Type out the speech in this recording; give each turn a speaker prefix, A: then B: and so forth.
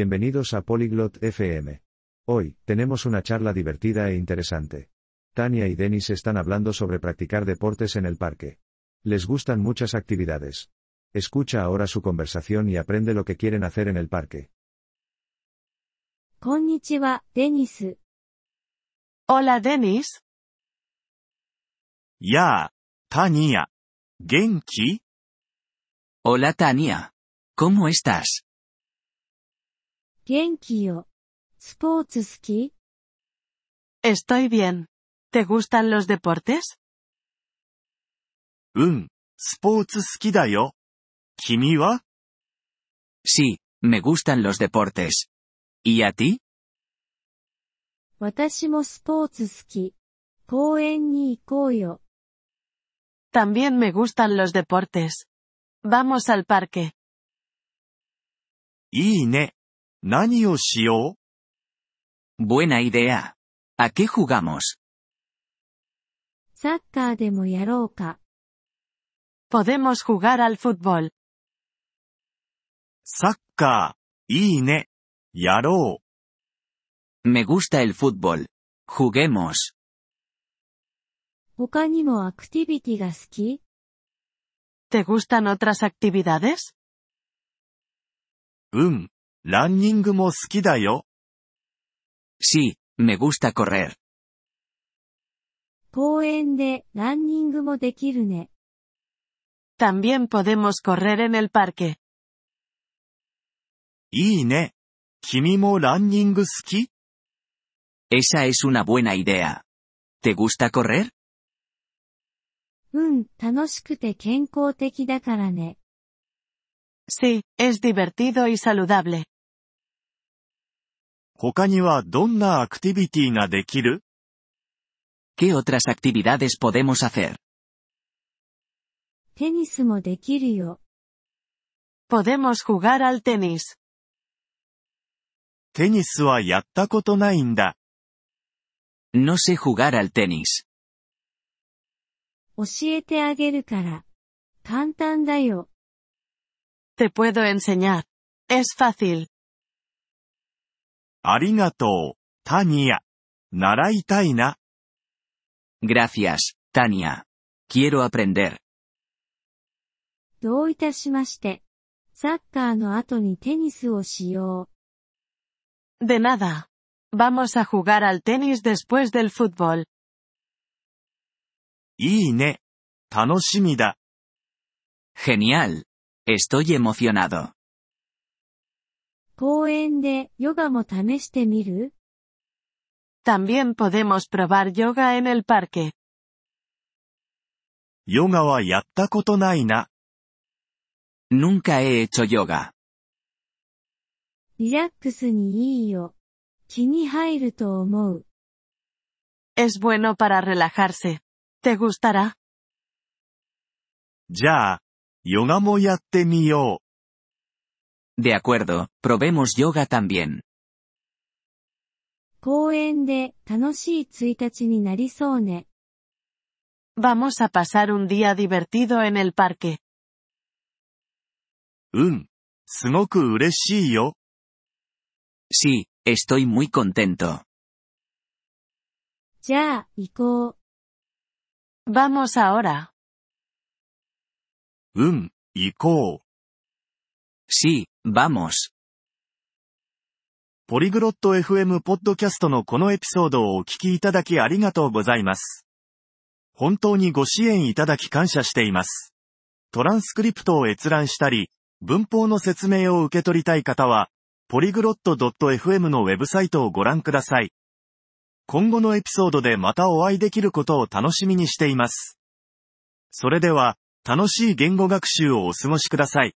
A: Bienvenidos a Polyglot FM. Hoy, tenemos una charla divertida e interesante. Tania y Denis están hablando sobre practicar deportes en el parque. Les gustan muchas actividades. Escucha ahora su conversación y aprende lo que quieren hacer en el parque.
B: こんにちは、デニス。
C: Hola Dennis,
D: やあ、タニア。元気
E: Hola Tania. ¿Cómo estás?
B: 元気よ。スポーツ好き
C: estoy bien. ¿Te gustan los deportes?
D: うん、スポーツ好きだよ。君は
E: Sí, me gustan los deportes. ¿Y a ti?
B: 私もスポーツ好き。公園に行こうよ。
C: También me gustan los deportes. Vamos al parque.
D: いいね。何をしよ
E: Buena idea. ¿A qué jugamos?
B: サッカーでもやろうか。
C: Podemos jugar al fútbol.
D: うサッカー。いいね。やろ
E: Me gusta el fútbol. Juguemos.
B: 他にもアクティビティが好き
C: ¿Te gustan otras actividades?
D: う。うん。ランニングも好きだよ。
E: Sí, me gusta correr.
B: 公園でランニングもできるね。
C: También podemos correr en el parque.
D: いいね。君もランニング好き
E: Esa es una buena idea. ¿Te gusta correr?
B: うん、楽しくて健康的だからね。
C: Sí, es divertido y saludable.
D: 他にはどんなアクティビティができる
E: ¿Qué otras actividades podemos hacer?
B: テニスもできるよ。
C: Podemos jugar al tenis.
D: テニスはやったことないんだ。
E: No sé jugar al tenis.
B: 教えてあげるから。簡単だよ。
C: Te puedo enseñar. Es fácil.
D: ありがとう、タニア。習いたいな。
E: Gracias, Tania. Quiero aprender.
B: どういたしまして。サッカーの後にテニスをしよ
C: De nada. Vamos a jugar al tenis después del fútbol.
D: いいね。楽しみだ。
E: Genial. Estoy emocionado.
B: う。公園でヨガも試してみる
C: También podemos probar yoga en el parque.
D: ヨガはやったことないな。
E: Nunca he hecho yoga.
B: リラックスにいいよ。気に入ると思う。
C: Es bueno para relajarse. ¿Te gustará?
D: じゃあ、ヨガもやってみよ
E: De acuerdo, probemos yoga también.
B: 公園で楽しい1日になりそうね。
C: Vamos a pasar un día divertido en el parque.
D: う。うん。すごく嬉しいよ。
E: Sí, estoy muy contento.
B: じゃあ、行こう。
C: Vamos ahora.
D: うん、行こう。
E: Sí, vamos.
D: ポリグロット FM ポッドキャストのこのエピソードをお聞きいただきありがとうございます。本当にご支援いただき感謝しています。トランスクリプトを閲覧したり、文法の説明を受け取りたい方は、ポリグロット .fm のウェブサイトをご覧ください。今後のエピソードでまたお会いできることを楽しみにしています。それでは、楽しい言語学習をお過ごしください。